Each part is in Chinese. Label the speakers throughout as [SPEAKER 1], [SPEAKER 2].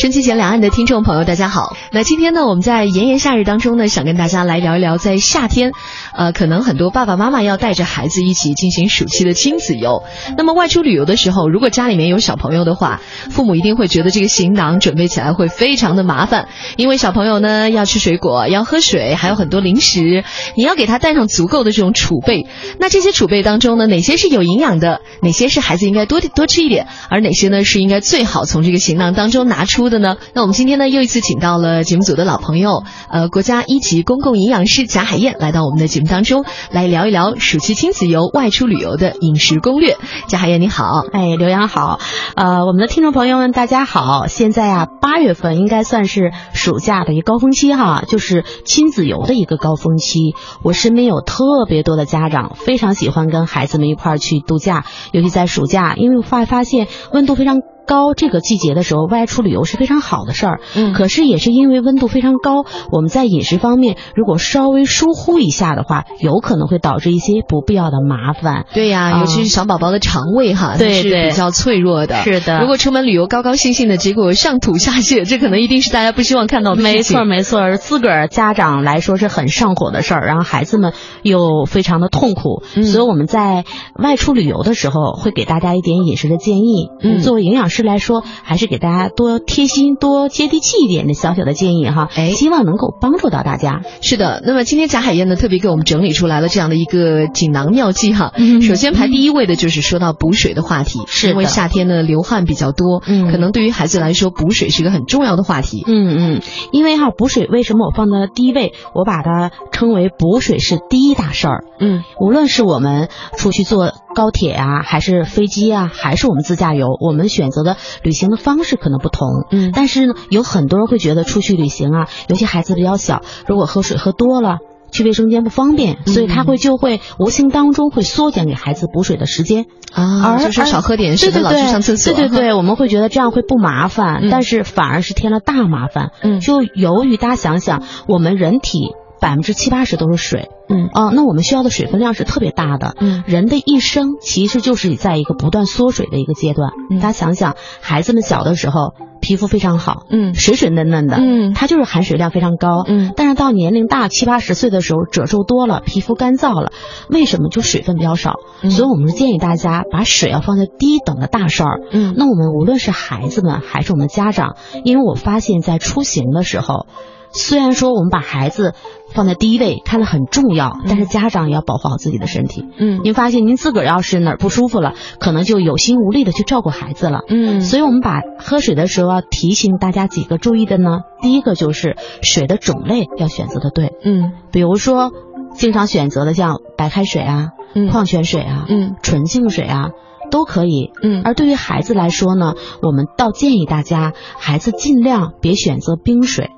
[SPEAKER 1] 身机前两岸的听众朋友，大家好。那今天呢，我们在炎炎夏日当中呢，想跟大家来聊一聊，在夏天，呃，可能很多爸爸妈妈要带着孩子一起进行暑期的亲子游。那么外出旅游的时候，如果家里面有小朋友的话，父母一定会觉得这个行囊准备起来会非常的麻烦，因为小朋友呢要吃水果，要喝水，还有很多零食，你要给他带上足够的这种储备。那这些储备当中呢，哪些是有营养的，哪些是孩子应该多多吃一点，而哪些呢是应该最好从这个行囊当中拿出的呢？那我们今天呢又一次请到了节目组的老朋友，呃，国家一级公共营养师贾海燕来到我们的节目当中，来聊一聊暑期亲子游外出旅游的饮食攻略。贾海燕你好，
[SPEAKER 2] 哎，刘洋好，呃，我们的听众朋友们大家好，现在啊八月份应该算是暑假的一个高峰期哈，就是亲子游的一个高峰期。我身边有特别多的家长非常喜欢跟孩子们一块儿去度假，尤其在暑假，因为我会发现温度非常。高这个季节的时候，外出旅游是非常好的事儿。
[SPEAKER 1] 嗯
[SPEAKER 2] 可是也是因为温度非常高，我们在饮食方面如果稍微疏忽一下的话，有可能会导致一些不必要的麻烦。
[SPEAKER 1] 对呀、
[SPEAKER 2] 啊
[SPEAKER 1] 尤其是小宝宝的肠胃哈，
[SPEAKER 2] 对
[SPEAKER 1] 它是
[SPEAKER 2] 对
[SPEAKER 1] 比较脆弱的。
[SPEAKER 2] 是的
[SPEAKER 1] 如果出门旅游高高兴兴的，结果上吐下泻，这可能一定是大家不希望看到的
[SPEAKER 2] 哦没
[SPEAKER 1] 事情。
[SPEAKER 2] 错，没错，自个儿家长来说是很上火的事儿，然后孩子们又非常的痛苦，
[SPEAKER 1] 嗯
[SPEAKER 2] 所以我们在外出旅游的时候会给大家一点饮食的建议。
[SPEAKER 1] 嗯
[SPEAKER 2] 作为营养师来说，还是给大家多贴心、多接地气一点的小小的建议哈，
[SPEAKER 1] 哎
[SPEAKER 2] 希望能够帮助到大家。
[SPEAKER 1] 是的，那么今天贾海燕呢特别给我们整理出来了这样的一个锦囊妙计哈。
[SPEAKER 2] 嗯
[SPEAKER 1] 首先排第一位的就是说到补水的话题，
[SPEAKER 2] 是的
[SPEAKER 1] 因为夏天呢流汗比较多，
[SPEAKER 2] 嗯
[SPEAKER 1] 可能对于孩子来说补水是一个很重要的话题。
[SPEAKER 2] 嗯嗯，因为哈、补水为什么我放到第一位？我把它称为补水是第一大事儿。
[SPEAKER 1] 嗯
[SPEAKER 2] 无论是我们出去坐高铁啊，还是飞机啊，还是我们自驾游，我们选择的旅行的方式可能不同。
[SPEAKER 1] 嗯，
[SPEAKER 2] 但是呢，有很多人会觉得出去旅行啊，尤其孩子比较小，如果喝水喝多了。去卫生间不方便，所以他
[SPEAKER 1] 嗯
[SPEAKER 2] 会就会无形当中会缩减给孩子补水的时间，
[SPEAKER 1] 啊，
[SPEAKER 2] 而
[SPEAKER 1] 就说
[SPEAKER 2] 而
[SPEAKER 1] 少喝点水，
[SPEAKER 2] 对对
[SPEAKER 1] 老去上厕所。
[SPEAKER 2] 对对
[SPEAKER 1] 哈，
[SPEAKER 2] 对，我们会觉得这样会不麻烦，
[SPEAKER 1] 嗯
[SPEAKER 2] 但是反而是添了大麻烦。
[SPEAKER 1] 嗯
[SPEAKER 2] 就由于大家想想，我们人体百分之七八十都是水，
[SPEAKER 1] 嗯
[SPEAKER 2] 啊、那我们需要的水分量是特别大的。
[SPEAKER 1] 嗯
[SPEAKER 2] 人的一生其实就是在一个不断缩水的一个阶段。
[SPEAKER 1] 嗯
[SPEAKER 2] 大家想想，孩子们小的时候皮肤非常好，
[SPEAKER 1] 嗯
[SPEAKER 2] 水水嫩嫩的，
[SPEAKER 1] 嗯
[SPEAKER 2] 它就是含水量非常高。
[SPEAKER 1] 嗯
[SPEAKER 2] 但是到年龄大七八十岁的时候，褶皱多了，皮肤干燥了，为什么就水分比较少？
[SPEAKER 1] 嗯
[SPEAKER 2] 所以我们是建议大家把水要放在第一等的大事儿。
[SPEAKER 1] 嗯
[SPEAKER 2] 那我们无论是孩子们还是我们的家长，因为我发现，在出行的时候，虽然说我们把孩子放在第一位，看得很重要，但是家长也要保护好自己的身体。
[SPEAKER 1] 嗯
[SPEAKER 2] 您发现您自个儿要是哪儿不舒服了，可能就有心无力的去照顾孩子了。
[SPEAKER 1] 嗯
[SPEAKER 2] 所以我们把喝水的时候要提醒大家几个注意的呢。第一个就是水的种类要选择的对，
[SPEAKER 1] 嗯
[SPEAKER 2] 比如说经常选择的像白开水啊、
[SPEAKER 1] 嗯
[SPEAKER 2] 矿泉水啊、
[SPEAKER 1] 嗯
[SPEAKER 2] 纯净水啊都可以。
[SPEAKER 1] 嗯
[SPEAKER 2] 而对于孩子来说呢，我们倒建议大家，孩子尽量别选择冰水、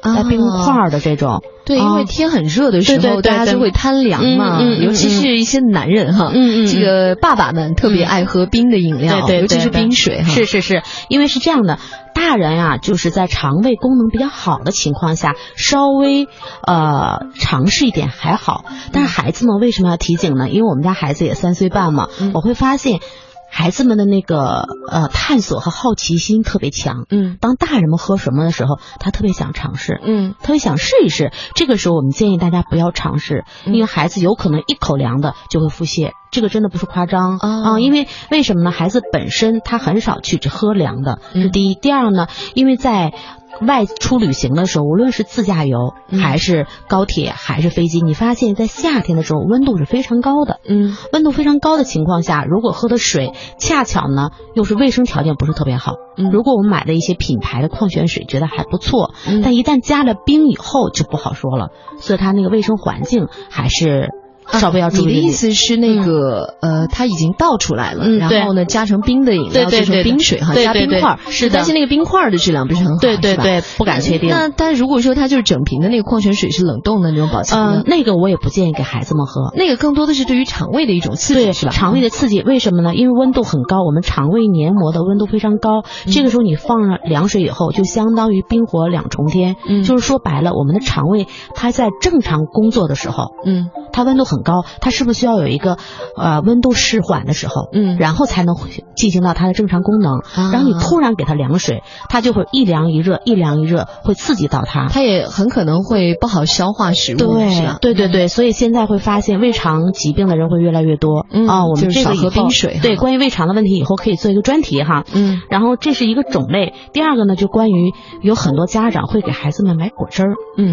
[SPEAKER 2] 带冰块
[SPEAKER 1] 啊
[SPEAKER 2] 儿的这种。
[SPEAKER 1] 对，因为天很热的时
[SPEAKER 2] 对
[SPEAKER 1] 候，
[SPEAKER 2] 对对
[SPEAKER 1] 大家就
[SPEAKER 2] 对
[SPEAKER 1] 会贪凉嘛，
[SPEAKER 2] 嗯嗯嗯
[SPEAKER 1] 尤其是一些男人哈，
[SPEAKER 2] 嗯嗯嗯嗯
[SPEAKER 1] 这个爸爸们特别爱喝冰的饮料，
[SPEAKER 2] 对对对
[SPEAKER 1] 尤其是
[SPEAKER 2] 对
[SPEAKER 1] 冰水哈，
[SPEAKER 2] 是是是，因为是这样的，大人啊，就是在肠胃功能比较好的情况下，稍微呃尝试一点还好。但是孩子们为什么要提醒呢？因为我们家孩子也三岁半嘛，
[SPEAKER 1] 嗯
[SPEAKER 2] 我会发现孩子们的那个呃探索和好奇心特别强。
[SPEAKER 1] 嗯
[SPEAKER 2] 当大人们喝什么的时候，他特别想尝试。
[SPEAKER 1] 嗯
[SPEAKER 2] 特别想试一试，这个时候我们建议大家不要尝试，
[SPEAKER 1] 嗯
[SPEAKER 2] 因为孩子有可能一口凉的就会腹泻，这个真的不是夸张
[SPEAKER 1] 哦
[SPEAKER 2] 啊、因为为什么呢？孩子本身他很少去只喝凉的，
[SPEAKER 1] 嗯
[SPEAKER 2] 这第一。第二呢，因为在外出旅行的时候，无论是自驾游、
[SPEAKER 1] 嗯
[SPEAKER 2] 还是高铁还是飞机，你发现在夏天的时候温度是非常高的，
[SPEAKER 1] 嗯
[SPEAKER 2] 温度非常高的情况下，如果喝的水恰巧呢又是卫生条件不是特别好，
[SPEAKER 1] 嗯
[SPEAKER 2] 如果我们买的一些品牌的矿泉水觉得还不错，
[SPEAKER 1] 嗯
[SPEAKER 2] 但一旦加了冰以后就不好说了，所以它那个卫生环境还是稍微要注
[SPEAKER 1] 你的
[SPEAKER 2] 啊意一点。
[SPEAKER 1] 意思是那个、呃，它已经倒出来了，
[SPEAKER 2] 嗯
[SPEAKER 1] 然
[SPEAKER 2] 对
[SPEAKER 1] 后呢加成冰的饮料，
[SPEAKER 2] 对对
[SPEAKER 1] 做成
[SPEAKER 2] 对对
[SPEAKER 1] 冰水哈，
[SPEAKER 2] 对
[SPEAKER 1] 加
[SPEAKER 2] 对
[SPEAKER 1] 冰
[SPEAKER 2] 对
[SPEAKER 1] 块儿
[SPEAKER 2] 是的
[SPEAKER 1] 但是那个冰块儿的质量不是很好，
[SPEAKER 2] 对对
[SPEAKER 1] 是吧，
[SPEAKER 2] 对，不敢确定。
[SPEAKER 1] 那但如果说它就是整瓶的那个矿泉水是冷冻的那种保鲜的，
[SPEAKER 2] 嗯，那个我也不建议给孩子们喝。
[SPEAKER 1] 那个更多的是对于肠胃的一种刺激，
[SPEAKER 2] 对，
[SPEAKER 1] 是吧？
[SPEAKER 2] 肠胃的刺激，为什么呢？因为温度很高，我们肠胃黏膜的温度非常高。这个时候你放了凉水以后，就相当于冰火两重天。
[SPEAKER 1] 嗯
[SPEAKER 2] 就是说白了，我们的肠胃它在正常工作的时候，
[SPEAKER 1] 嗯
[SPEAKER 2] 它它温度很高，它是不是需要有一个呃温度适缓的时候，
[SPEAKER 1] 嗯
[SPEAKER 2] 然后才能恢进行到它的正常功能。
[SPEAKER 1] 啊
[SPEAKER 2] 然后你突然给它凉水，它就会一凉一热，一凉一热，会刺激到它。
[SPEAKER 1] 它也很可能会不好消化食物，是吧
[SPEAKER 2] 对？对对对，所以现在会发现胃肠疾病的人会越来越多。
[SPEAKER 1] 嗯
[SPEAKER 2] 啊，我们
[SPEAKER 1] 就是
[SPEAKER 2] 这
[SPEAKER 1] 少
[SPEAKER 2] 个
[SPEAKER 1] 喝
[SPEAKER 2] 以后
[SPEAKER 1] 冰水
[SPEAKER 2] 对，
[SPEAKER 1] 哈
[SPEAKER 2] 关于胃肠的问题以后可以做一个专题哈。
[SPEAKER 1] 嗯，
[SPEAKER 2] 然后这是一个种类，第二个呢，就关于有很多家长会给孩子们买果汁儿，
[SPEAKER 1] 嗯，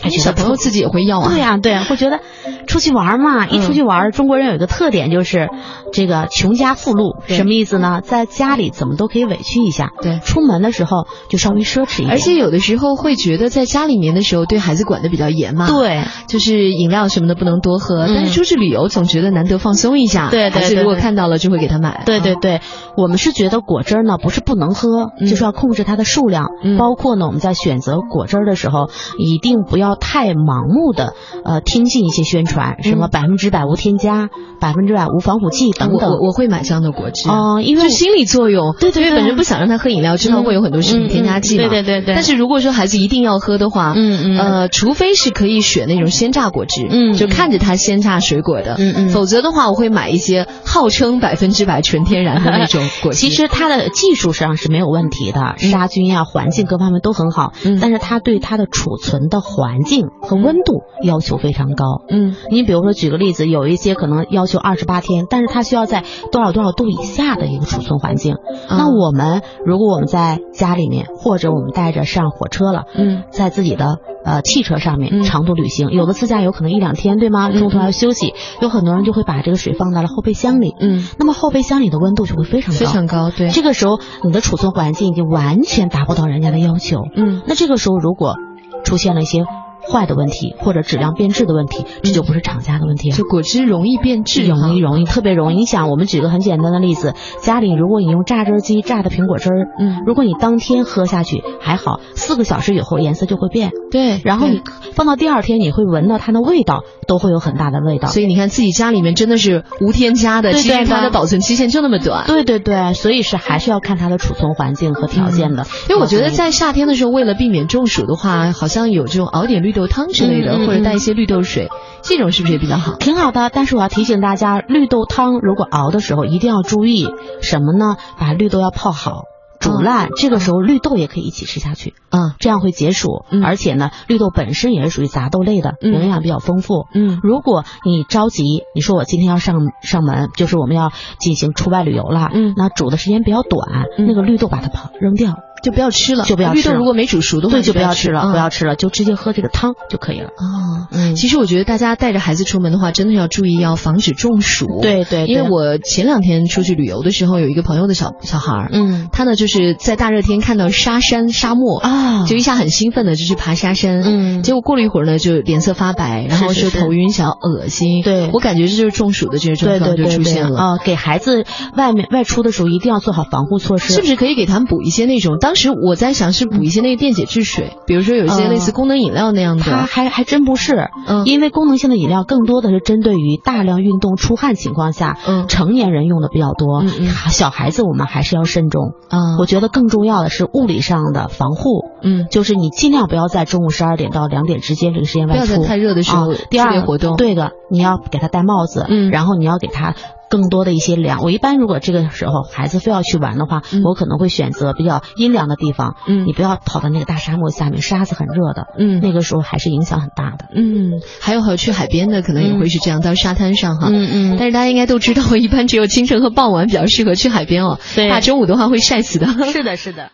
[SPEAKER 2] 还
[SPEAKER 1] 而且
[SPEAKER 2] 觉得
[SPEAKER 1] 小朋友自己也会要啊，
[SPEAKER 2] 对呀、对呀、会觉得出去玩儿嘛，一出去玩儿，中国人有一个特点就是这个穷家富路，
[SPEAKER 1] 对
[SPEAKER 2] 什么意思呢？在家里怎么都可以委屈一下，
[SPEAKER 1] 对
[SPEAKER 2] 出门的时候就稍微奢侈一点，
[SPEAKER 1] 而且有的时候会觉得在家里面的时候对孩子管得比较严嘛，，
[SPEAKER 2] 对。
[SPEAKER 1] 就是饮料什么的不能多喝，
[SPEAKER 2] 嗯
[SPEAKER 1] 但是出去旅游总觉得难得放松一下，
[SPEAKER 2] 对对
[SPEAKER 1] 孩子
[SPEAKER 2] 对
[SPEAKER 1] 如果
[SPEAKER 2] 对
[SPEAKER 1] 看到了就会给他买，
[SPEAKER 2] 对
[SPEAKER 1] 啊
[SPEAKER 2] 对，对，我们是觉得果汁儿呢不是不能喝，
[SPEAKER 1] 嗯
[SPEAKER 2] 就是要控制它的数量，
[SPEAKER 1] 嗯
[SPEAKER 2] 包括呢我们在选择果汁儿的时候，一定不要太盲目的呃听信一些宣传，什么
[SPEAKER 1] 嗯
[SPEAKER 2] 百分之百无添加、百分之百无防腐剂等
[SPEAKER 1] 我
[SPEAKER 2] 等。
[SPEAKER 1] 啊我我会买这样的果汁，
[SPEAKER 2] 哦，因为
[SPEAKER 1] 就心理作用，
[SPEAKER 2] 对对
[SPEAKER 1] 因为
[SPEAKER 2] 对
[SPEAKER 1] 本身不想让他喝饮料，知道会有很多食品添加剂嘛，
[SPEAKER 2] 嗯嗯嗯对对对对
[SPEAKER 1] 但是如果说孩子一定要喝的话，
[SPEAKER 2] 嗯嗯
[SPEAKER 1] 呃，除非是可以选那种鲜榨果汁，
[SPEAKER 2] 嗯
[SPEAKER 1] 就看着它鲜榨水果的，
[SPEAKER 2] 嗯嗯
[SPEAKER 1] 否则的话我会买一些号称百分之百纯天然的那种果汁。
[SPEAKER 2] 其实它的技术上是没有问题的，杀菌呀、环境各方面都很好，
[SPEAKER 1] 嗯
[SPEAKER 2] 但是它对它的储存的环境和温度要求非常高。
[SPEAKER 1] 嗯，
[SPEAKER 2] 你比如说，举个例子，有一些可能要求二十八天，但是它需要在多少多少度以下的一个储存环境。
[SPEAKER 1] 嗯
[SPEAKER 2] 那我们如果我们在家里面，或者我们带着上火车了，
[SPEAKER 1] 嗯，
[SPEAKER 2] 在自己的呃汽车上
[SPEAKER 1] 嗯
[SPEAKER 2] 面长途旅行，有的自驾游可能一两天，对吗？
[SPEAKER 1] 嗯
[SPEAKER 2] 中途还要休息，有很多人就会把这个水放到了后备箱里，
[SPEAKER 1] 嗯，
[SPEAKER 2] 那么后备箱里的温度就会非常高，
[SPEAKER 1] 非常高，对，
[SPEAKER 2] 这个时候你的储存环境已经完全达不到人家的要求。
[SPEAKER 1] 嗯
[SPEAKER 2] 那这个时候如果出现了一些坏的问题或者质量变质的问题，这就不是厂家的问题了。
[SPEAKER 1] 就果汁容易变质，
[SPEAKER 2] 容易
[SPEAKER 1] 嗯哈，
[SPEAKER 2] 容易特别容易，你想，我们举个很简单的例子，家里如果你用榨汁机榨的苹果汁儿，
[SPEAKER 1] 嗯，
[SPEAKER 2] 如果你当天喝下去还好，四个小时以后颜色就会变，
[SPEAKER 1] 对，
[SPEAKER 2] 然后
[SPEAKER 1] 对
[SPEAKER 2] 你放到第二天你会闻到它的味道，都会有很大的味道。
[SPEAKER 1] 所以你看自己家里面真的是无添加的，
[SPEAKER 2] 对
[SPEAKER 1] 其实
[SPEAKER 2] 对
[SPEAKER 1] 它
[SPEAKER 2] 对
[SPEAKER 1] 的保存期限就那么短，
[SPEAKER 2] 对对对，所以是还是要看它的储存环境和条件的。
[SPEAKER 1] 因为我
[SPEAKER 2] 嗯
[SPEAKER 1] 觉得在夏嗯天的时候，为了避免中暑的话，好像有这种熬点绿豆汤之类的，
[SPEAKER 2] 嗯嗯
[SPEAKER 1] 或者带一些绿豆水，这种是不是也比较好？
[SPEAKER 2] 挺好的，但是我要提醒大家，绿豆汤如果熬的时候一定要注意什么呢？把绿豆要泡好。煮烂，这个时候绿豆也可以一起吃下去，
[SPEAKER 1] 啊，
[SPEAKER 2] 这样会解暑。
[SPEAKER 1] 嗯
[SPEAKER 2] 而且呢，绿豆本身也是属于杂豆类的，
[SPEAKER 1] 嗯
[SPEAKER 2] 营养比较丰富。
[SPEAKER 1] 嗯
[SPEAKER 2] 如果你着急，你说我今天要上上门，就是我们要进行出外旅游了，
[SPEAKER 1] 嗯
[SPEAKER 2] 那煮的时间比较短，
[SPEAKER 1] 嗯
[SPEAKER 2] 那个绿豆把它泡扔掉，
[SPEAKER 1] 就不要吃了，啊
[SPEAKER 2] 就不要
[SPEAKER 1] 绿
[SPEAKER 2] 吃
[SPEAKER 1] 豆
[SPEAKER 2] 了
[SPEAKER 1] 如果没煮熟的话，
[SPEAKER 2] 对，就不要吃了，
[SPEAKER 1] 啊
[SPEAKER 2] 不要吃了，就直接喝这个汤就可以了。
[SPEAKER 1] 哦。
[SPEAKER 2] 嗯，
[SPEAKER 1] 其实我觉得大家带着孩子出门的话，真的要注意，要防止中暑。，
[SPEAKER 2] 对对，
[SPEAKER 1] 因为
[SPEAKER 2] 对
[SPEAKER 1] 我前两天出去旅游的时候，有一个朋友的小小孩儿，
[SPEAKER 2] 嗯
[SPEAKER 1] 他呢就是在大热天看到沙山沙漠，
[SPEAKER 2] 啊
[SPEAKER 1] 就一下很兴奋的就去爬沙山，
[SPEAKER 2] 嗯
[SPEAKER 1] 结果过了一会儿呢，就脸色发白，然后
[SPEAKER 2] 是
[SPEAKER 1] 说
[SPEAKER 2] 是是
[SPEAKER 1] 头晕、想要恶心。
[SPEAKER 2] 对
[SPEAKER 1] 我感觉这就是中暑的这个症
[SPEAKER 2] 对
[SPEAKER 1] 状
[SPEAKER 2] 对
[SPEAKER 1] 就
[SPEAKER 2] 对
[SPEAKER 1] 出
[SPEAKER 2] 对
[SPEAKER 1] 现了。
[SPEAKER 2] 啊、给孩子外面外出的时候一定要做好防护措施。
[SPEAKER 1] 是不是可以给他们补一些那种？当时我在想是补一些那个电解质水，比如说有一些
[SPEAKER 2] 嗯
[SPEAKER 1] 类似功能饮料那样
[SPEAKER 2] 它
[SPEAKER 1] 的。
[SPEAKER 2] 还还真不是，
[SPEAKER 1] 嗯
[SPEAKER 2] 因为功能性的饮料更多的是针对于大量运动出汗情况下，
[SPEAKER 1] 嗯
[SPEAKER 2] 成年人用的比较多，
[SPEAKER 1] 嗯嗯
[SPEAKER 2] 小孩子我们还是要慎重。
[SPEAKER 1] 啊
[SPEAKER 2] 我觉得更重要的是物理上的防护，
[SPEAKER 1] 嗯，
[SPEAKER 2] 就是你尽量不要在中午十二点到两点之间这个时间
[SPEAKER 1] 不
[SPEAKER 2] 外
[SPEAKER 1] 要在
[SPEAKER 2] 出。
[SPEAKER 1] 太热的时候哦
[SPEAKER 2] 啊
[SPEAKER 1] 剧
[SPEAKER 2] 第
[SPEAKER 1] 烈
[SPEAKER 2] 二
[SPEAKER 1] 活动。，
[SPEAKER 2] 对的，你要给他戴帽子，
[SPEAKER 1] 嗯
[SPEAKER 2] 然后你要给他更多的一些凉。我一般如果这个时候孩子非要去玩的话，
[SPEAKER 1] 嗯
[SPEAKER 2] 我可能会选择比较阴凉的地方，
[SPEAKER 1] 嗯
[SPEAKER 2] 你不要跑到那个大沙漠下面，沙子很热的，
[SPEAKER 1] 嗯
[SPEAKER 2] 那个时候还是影响很大的。
[SPEAKER 1] 嗯，还有还有去海边的可能也会是这样，到沙滩上哈。
[SPEAKER 2] 嗯
[SPEAKER 1] 但是大家应该都知 道，一般只有清晨和傍晚比较适合去海边哦。
[SPEAKER 2] 对
[SPEAKER 1] 大中午的话会晒死的。
[SPEAKER 2] 是的，是的。